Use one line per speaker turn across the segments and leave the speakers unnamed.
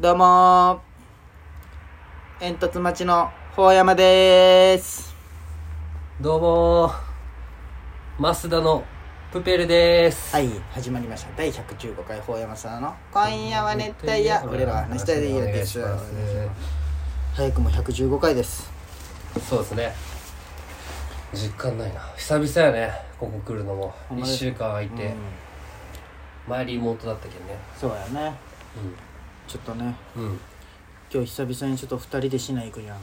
どうもー煙突町の法山でーす
どうもーマスダのプペルです、
はい始まりました第115回法山さんの「今夜は熱帯夜俺らは話したいでいいです
お願いし」
早くも115回です
ますそうですね実感ないな久々やねここ来るのも
ほんま
1
です
週間空いて、
うん
前リモートだったけどね
そうやねちょっとね
うんうん
今日久々にちょっと2人で市内行くじゃん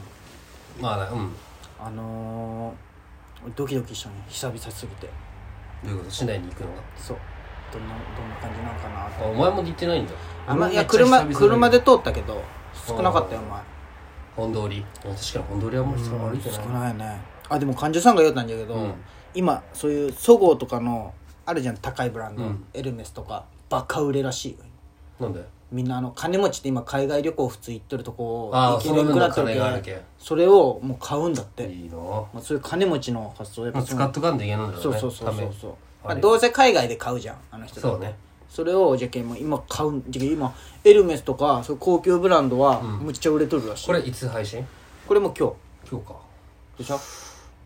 まあねうん
あのー、ドキドキしたね久々すぎて
どういうこと市内に行くのか
そうどんなどんな感じなのかな
あお前も行ってないんだ
あんまいや
めっちゃ久
車
々だけど
車で通ったけど少なかったよお前
本通り確かに本通りはあんまり人が歩いてない
少ないねあでも患者さんが言ったんだけど、
うん
今そういうそごうとかのあるじゃん高いブランド、
うん
エルメスとかバカ売れらしいよ
なんで
みんなあの金持ちって今海外旅行普通行っとるとこを
ああ
行け
その分
なくなっ
の
てる
金
け
があるけん
それをもう買うんだって、
いいなも
まあ、そういう金持ちの発想やっ
う
ぱそ
使っ
の
とかんといけないんだろ
そう
ね
そうそうそうそう、
た
まあ、
め
どうせ海外で買うじゃんあの人
そうね
それをじゃけんもう今買うんじゃけん今エルメスとかそういう高級ブランドは
うん
むっちゃ売れとるらしい、
これいつ配信
これも今日
今日か
でしょ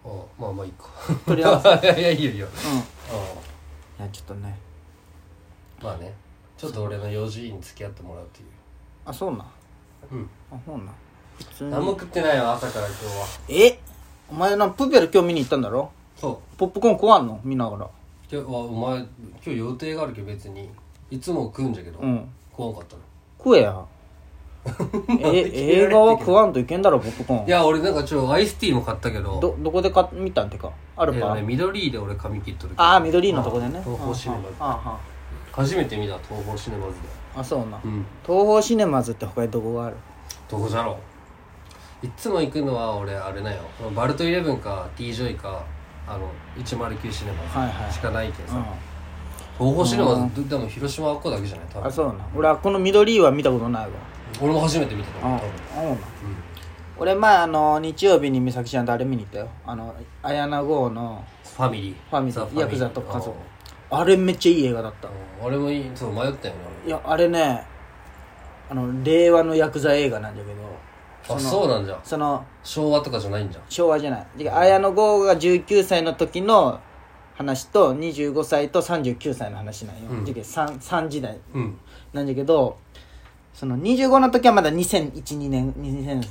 ああまあまあいい か
とりあ
えずいやいいよいいよ
うんい
あ
やちょっとね
あまあねちょっと俺の用事に付き合ってもらうっていう
あそうなん
うん
あほんなん普通
何も
に
食ってないよ朝から今日は
えお前なプペル今日見に行ったんだろ
そう
ポップコーン食わんの見ながら
今日はお前今日予定があるけど別にいつも食うんじゃけど、
うん
食わんかったの
食え やえ映画は食わんといけんだろポップコーン
いや俺なんかちょっとアイスティーも買ったけど
どどこで買っ見たんてかあ
あ
るか、
ね、緑で俺髪切っとるけど
ああ緑のとこでね
東宝シネマズ
ああ
初めて見た東宝シネマズで
あああそうな
うん
東宝シネマズって他にどこがある
どこじゃろういつも行くのは俺あれなんよバルトイレブンか T ジョイかあの109シネ
はいは
マ
い
ズしかないけどさ、
う
東宝シネマズでも広島はここだけじゃない多
んあ
分
そうな俺はこの緑は見たことないわ
俺も初めて見たと
ああ
思う多分
そうな俺前あの日曜日に美咲ちゃんとあれ見に行ったよあの綾菜剛の
ファミリー
ファミリー
ザファ
ヤクザと家族
うん
あれめっちゃいい映画だった
俺もいいそう迷ったよね
いやあれねあの令和のヤクザ映画なんだけど
俺あそうなんじゃ
その
昭和とかじゃないんじゃ
昭和じゃないで綾野剛が19歳の時の話と25歳と39歳の話なんよ、
うん
じゃけ 3, 3時代
うん
なんだけどその25の時はまだ2012年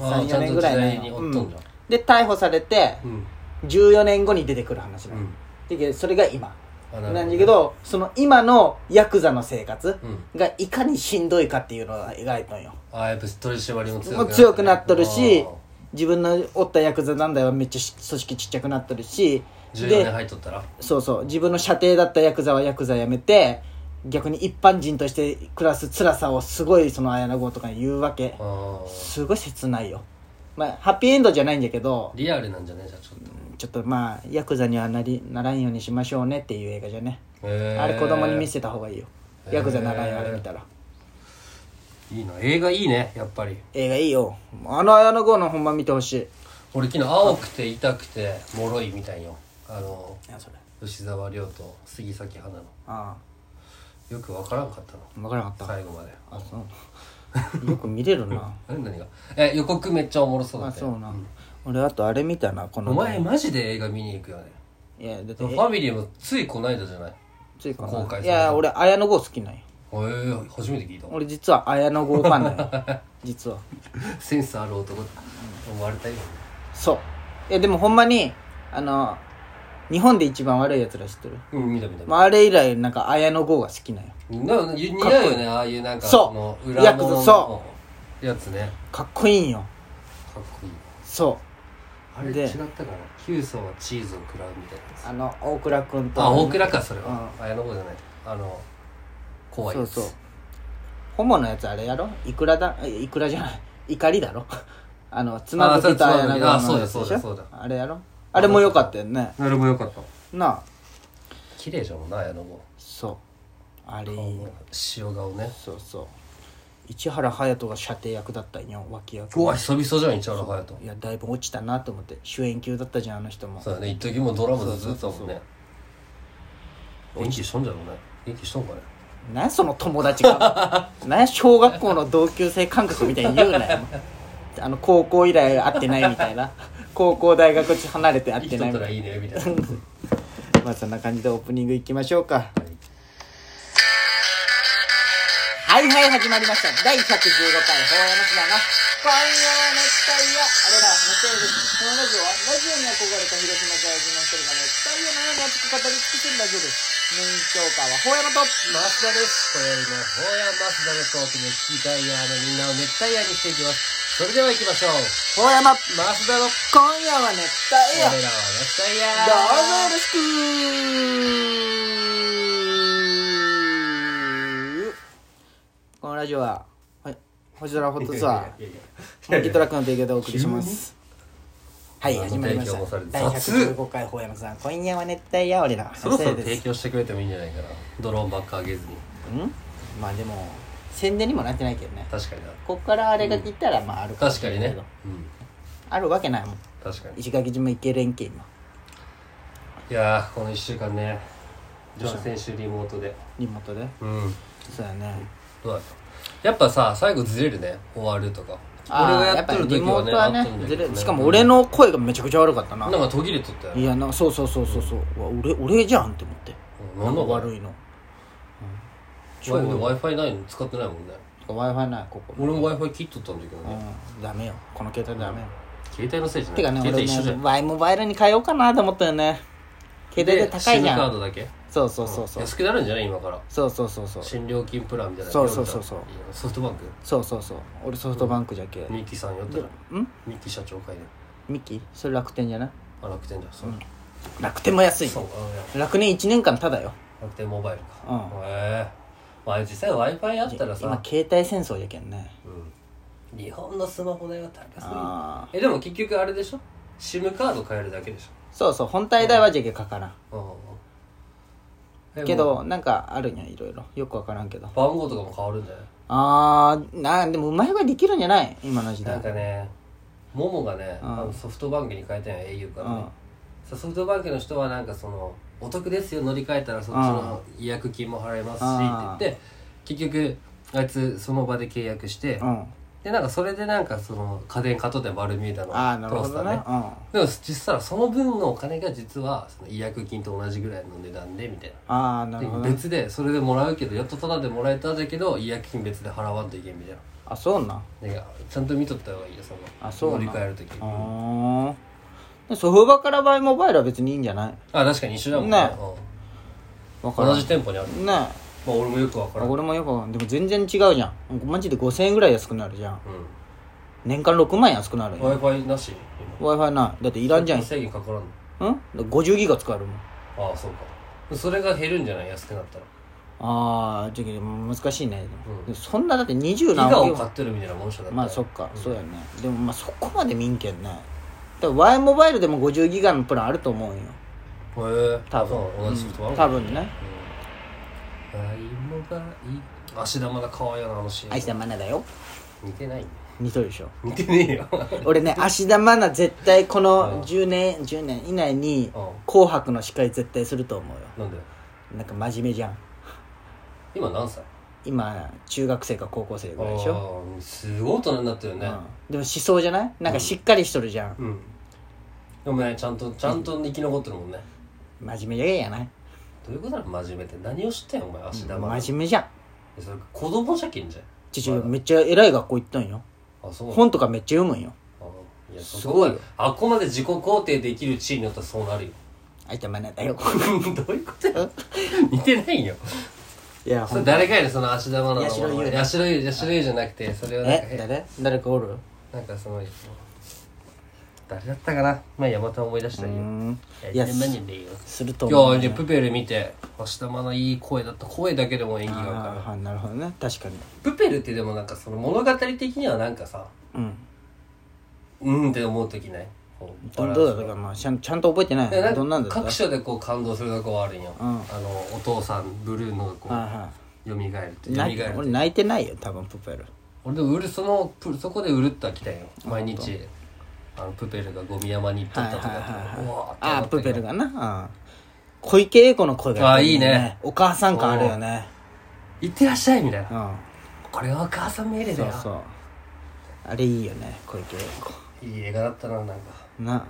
ああ
2034
ちゃん
年
と
ぐ
時
らいなん
代
よ
におっ
う
とん
ん
じゃ
で逮捕されて
んうん
14年後に出てくる話な
うん
よ、
ん
だけどそれが今
あなるほど
なんだけどその今のヤクザの生活
うん
がいかにしんどいかっていうのを描いたんよ
あやっぱ取り締まりも強く
も
な
う強くなっとるし
ああ
自分のおったヤクザ団体はめっちゃ組織ちっちゃくなっとるし
14年
で
入っとったら
そうそう自分の射程だったヤクザはヤクザ辞めて逆に一般人として暮らす辛さをすごいその綾野剛とかに言うわけ
ああ
すごい切ないよまあハッピーエンドじゃないんだけど
リアルなんじゃねじゃあちょっ
ちょっとまあヤクザにはなりならんようにしましょうねっていう映画じゃね
とへえ
あれ子供に見せた方がいいよ
へー
ヤクザならんよあれ見たら
いいな映画いいねやっぱり
映画いいよあの綾野剛のほんま見てほしい
俺昨日青くて痛くて脆いみたいよあの
いやそれ
吉沢亮と杉咲花の
あ
よくわからんかったの
あ分からなかった
最後まで
あそうよく見れるな
あれ何がえ予告めっちゃおもろそうだ
あ
った
そ
よ
うな、俺あとあれ見たなこの
お前マジで映画見に行くよね
いやだって
ファミリーもついこないだじゃないへ
ついか
公開さ
な
れ
い
た
や俺綾野剛好きなんよ
え初めて聞いた
俺実は綾野剛ファンなんよ実は
センスある男って思われたいよね
そういやでもほんまにあの日本で一番悪いやつら知ってる、
うん見た見た見た
まあ、あれ以来なんか綾野剛が好きなんよ
なんか似似合うよねああいうなんか
そう
の
ヤ
裏
ク
の
ザそ
やつね
かっこいいんよ
かっこいい
そ
あれ
で
違ったかな九層はチーズを食らうみたいなやつ
うあの大倉君と
あ、大倉か、それは。
う
あ、綾野剛じゃない。あの、怖い
そ
や
う
つ。
そうホモのやつあれやろいくらだえいくらじゃない 怒りだろあのつまずきと綾野剛
あそう
の
だ
やつ
そう
で
だ
し
そう
ょ
だ
あれやろあれも良かったよね
あれもよかった。
なあ
綺麗じゃんもんな、綾野剛。
そうあれいいね
塩顔ね。
そうそう市原隼人が射程役だったんよ脇役
うわ、久々じゃん、市原隼人。
いやだいぶ落ちたなと思って主演級だったじゃんあの人も
そうだね、一時もドラマでずっとだもんね。元気しとんじゃろうね。元気しとんかね。
何やその友達 が何や小学校の同級生感覚みたいに言うなよあの高校以来会ってないみたいな高校大学離れて会
いい
って
人
ないみ
と
た
ら
い
いいねみ たいな
なまあそんな感じでオープニングいきましょうかはいはい始まりました第115回法屋の綱の今夜の熱帯夜俺らのせいですこのラジオはラジオに憧れた広島在住の一人が熱帯夜のように熱く語り尽くせるラジオですメイン強化は法山と
マスダです。これよりも、ホーヤマスダのトークで、聞きたいヤーのみんなを熱帯夜にしていきます。それでは行きましょう。
法山
マスダの、
今夜は熱帯夜
俺らは熱帯
どうぞ
夜。
よろしくこのラジオは、はい、星空ホットツア
いやいやいや
ー、モンキートラックの提供でお送りします。はい、始まりまし
あの提供もされて
た。第115回、ほやまさん、今夜は熱帯夜、俺ら。
そろそ
先
ろ
生で
提
す
供してくれてもいいんじゃないかな。ドローンばっか上げずに。
うんまあでも、宣伝にもなってないけどね。
確かにな。
ここからあれが聞いたら、まああるも
確
し
か
れ
に
ない
ね
けど。
うん。
あるわけないもん。
確かに。
石垣島行けれんけ、今。
いやー、この一週間ね、ジ
どうし
ョ
た
ン選手リモートで。
リモートで。
うん。
そうだね。
どうだったやっぱさ、最後ずれるね。終わるとか。
あー
俺がやっとる時
や
は
っぱりリモー
ね、
トは
あったん
ね
だ
ず
けど
れ
ね
しかも俺の声がめちゃくちゃ悪かったな
なんか途切れとったよね。
いやなそうそうそうそうそううわ俺俺じゃんって思って
なんだ
悪いの
w i f i ないの使ってないもんね
w i f i ないここ
俺も w i f i 切っとったんだけど
う
ね、
んダメよこの携帯ダメよ
携帯のせいじゃない
てかね
携
俺
帯一緒じゃ
ね
ん
Y モバイルに変えようかなと思ったよね携帯で高いじ
SIM カ
ゃ
ー
ん
ドだけ
そうそうそうそう
安くなるんじゃない今から
そうそうそうそう
新料金プランみたいな
そうそうそうそう
ソフトバンク
そうそうそう俺ソフトバンクじゃけん
ミッキーさんよったらミッキー社長会で
ミキそれ楽天じゃない
あ楽天だそう、
楽天も安い
そうあのね
楽天1年間ただよ
楽天モバイルか
うん
へえまあ実際 w i f i あったら
今
さ、
携帯戦争じゃけんね
うん、日本のスマホ代は高
ああ
すぎるえでも結局あれでしょ SIM カード変えるだけでし
そうそう本体代はじゃけかからん
ょ、うんうん、
けどなんかあるんやいろいろよくわからんけど
番号とかも変わるんじゃない
あーなんでもうまい具合にできるんじゃない今の時
な
代
んかねももがね、
うん
あのソフトバンクに変えたんよ au か
う
らね、
ん
さソフトバンクの人はなんかそのお得ですよ乗り換えたらそっちの違約金も払えますし
あー
って言って結局あいつその場で契約して、
うん
でなんかそれでなんかその家電買っとったよバルミューダ
ああな
の
る
トー
ほ
スタ
ど
ーね
ねうんあ
でも実際その分のお金が実はその違約金と同じぐらいの値段でみたいな
あーな
で
るほどね
別でそれでもらうけどやっとただでもらえたんだけど違約金別で払わんといけんみたいな
あそうなん
なんかちゃんと見とった方がいいよその
あそうな
乗り換える時
あーでソフバからバイモバイルは別にいいんじゃない
あ確かに一緒だもんね
ね
う
わか
ん、
ら
同
ん
じ店舗にある、
ね
まあ、俺もよくわからん、うん、
俺もよくわからんでも全然違うじゃんマジで5000円ぐらい安くなるじゃん年間6万円安くなる
w i
よ
f i なし
w i f i ないだってい
今
らんじゃんうん
制限かからんの
50ギガ使えるもん
ああそうかそれが減るんじゃない安くなったら
ああじゃけど難しいね、
うん
でもそんなだって20
ギ
何
ガ
ギ
を
ガ
買ってるみたいなもんじゃな
まあそっか、
うん
そうやねでもまあそこまで見んけんねだから Y モバイルでも50ギガのプランあると思うんよ
へえ
多分
そう同じことある
多分ね
あ芋がいい足玉が可愛いよなあのシーン
芦田愛菜だよ
似てないね
似とるでしょ
似てねえよ
俺ね芦田愛菜絶対こ
うん
の10年10年以内に
うん
「紅白」の司会絶対すると思うよ
なんだよ
なんか真面目じゃん
今何歳
今中学生か高校生ぐらいでしょ、
ああすごい大人になってるよ
う
ね
ん、でも思想じゃないなんかしっかりしとるじゃん、
うんでもねちゃんとちゃんと生き残ってるもんね
真面目じゃやない
どういうことなの真面目って何を知ってんお前足玉
真面目じゃん
それ子供じゃけんじゃん
ちちめっちゃ偉い学校行ったんよ
あそう
本とかめっちゃ読むんよ
あいや
す
す
ご
ご
い
い
よ
あっこまで自己肯定できる地位によったらそうなるよ
芦田愛菜だよ
どういうこと よ似てないよ
いや
それ誰かやねその足玉の
八代優
八代優八代優じゃなくてそれをなんか
え誰誰かおる
なんかその誰だったかなまあ山田思い出した
う
よ
んいや
やるまにでいいよ
すると思う
今日プペル見て足玉のいい声だった声だけでも演技があるから
ああなるほどね確かに
プペルってでもなんかその物語的にはなんかさ
うん
うんって思う時ないこう
どどうだったかまあちゃんちゃんと覚えてない
でな
どんなんん
か
だった
各所でこう感動するとこはあるんよ、
うん
あのお父さんブルーのがこう、
は
よみがえるって
い
よ
はい
みがえ
な
る
俺泣いてないよ多分プペル
俺でもうるそのプそこでうるっとは来たよ毎日あのプペルがゴミ山に行っと
は
っ
い
た
はい
とか
はい
ってうわ
は
ー
い
ってな
ああ
ったけど
プペルがなうん小池栄子の声がやっぱ
ああいいね
お母さん感あるよね
行ってらっしゃいみたいな、
うん
これはお母さん命令だ
そう
よ
そうあれいいよね小池栄子
いい映画だったななんか
な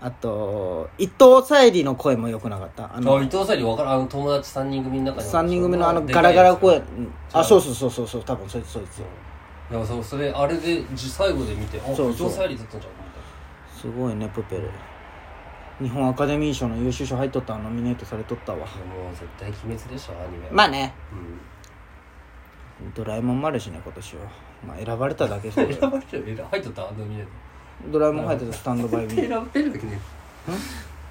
あと伊藤沙莉の声も良くなかったあ
あ
の
伊藤沙莉分からんあの友達3人組の中に
3人組のあのガラガラ声あそうそうそうそうそう多分そいつそいつ
そういやそうそれあれでじ最後で見てあ
そう
伊
そう
藤沙莉だったんじゃんみ
すごいねプペル日本アカデミー賞の優秀賞入っとったのノミネートされとったわ
たいなもう絶対鬼滅でしょアニメ
まあね
うん
ドラえもんもあるしね今年はまあ選ばれただけそうだ
選
よ
ばれてる選入っとったあのみんな
ドラえもん入ってたスタンドバイミ
選
ー
ばれるわけね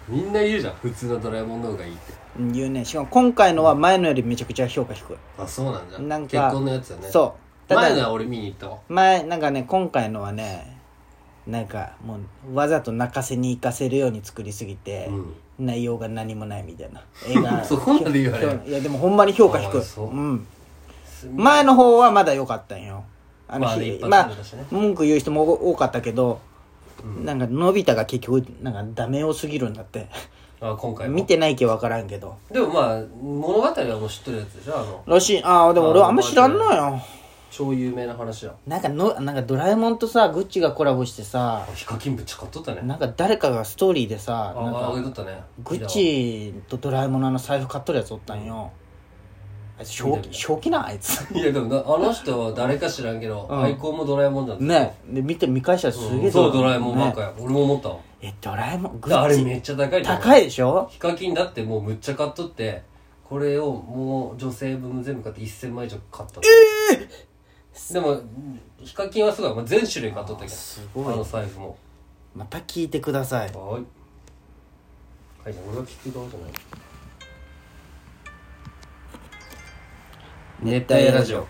みんな言うじゃん普通のドラえもんの方がいいって
言うねしかも今回のは前のよりめちゃくちゃ評価低い
あそうなんだ
なんか
結婚のやつだね
そうただ
前のは俺見に行ったわ
前なんかね今回のはねなんかもうわざと泣かせに行かせるように作りすぎて、
うん
内容が何もないみたい な映画
そこまで言われる
いやでもほんまに評価低
あ
い
そう
うん前の方はまだ良かったんよあの
まあね
ひ
一般
まあ
的だしね
文句言う人も多かったけど、なんかのび太が結局なんかダメをすぎるんだって
あ今回も
見てないけ分からんけど
でもまあ物語はもう知ってるやつでしょあの
らしいああでも俺はあんま知らんのよ
超有名な話だ
なんかのなんかドラえもんとさグッチがコラボしてさ
あヒカキンぶち買っとったね
なんか誰かがストーリーでさ
あ
なん
あ
か
げとったね
グッチとドラえもんのあの財布買っとるやつおったんよあいつ正気正気なあいつ
いやでもなあの人は誰か知らんけど、アイコンもドラえもんだった
ねで見て見返したらすげえ
そうドラえもんばっか
ね
や、俺も思ったわ
えドラえもんグ
だからあ
ッ
れ
チ
めっちゃ高いと思う
高いでしょ
ヒカキンだってもうむっちゃ買っとってこれをもう女性分全部買って1000万以上買ったええでもヒカキンはすごい、まあ、全種類買っとったけど
すごい
あの財布も
また聞いてください
はーいはいじゃあ俺は聞く側じゃない熱帯夜ラジオ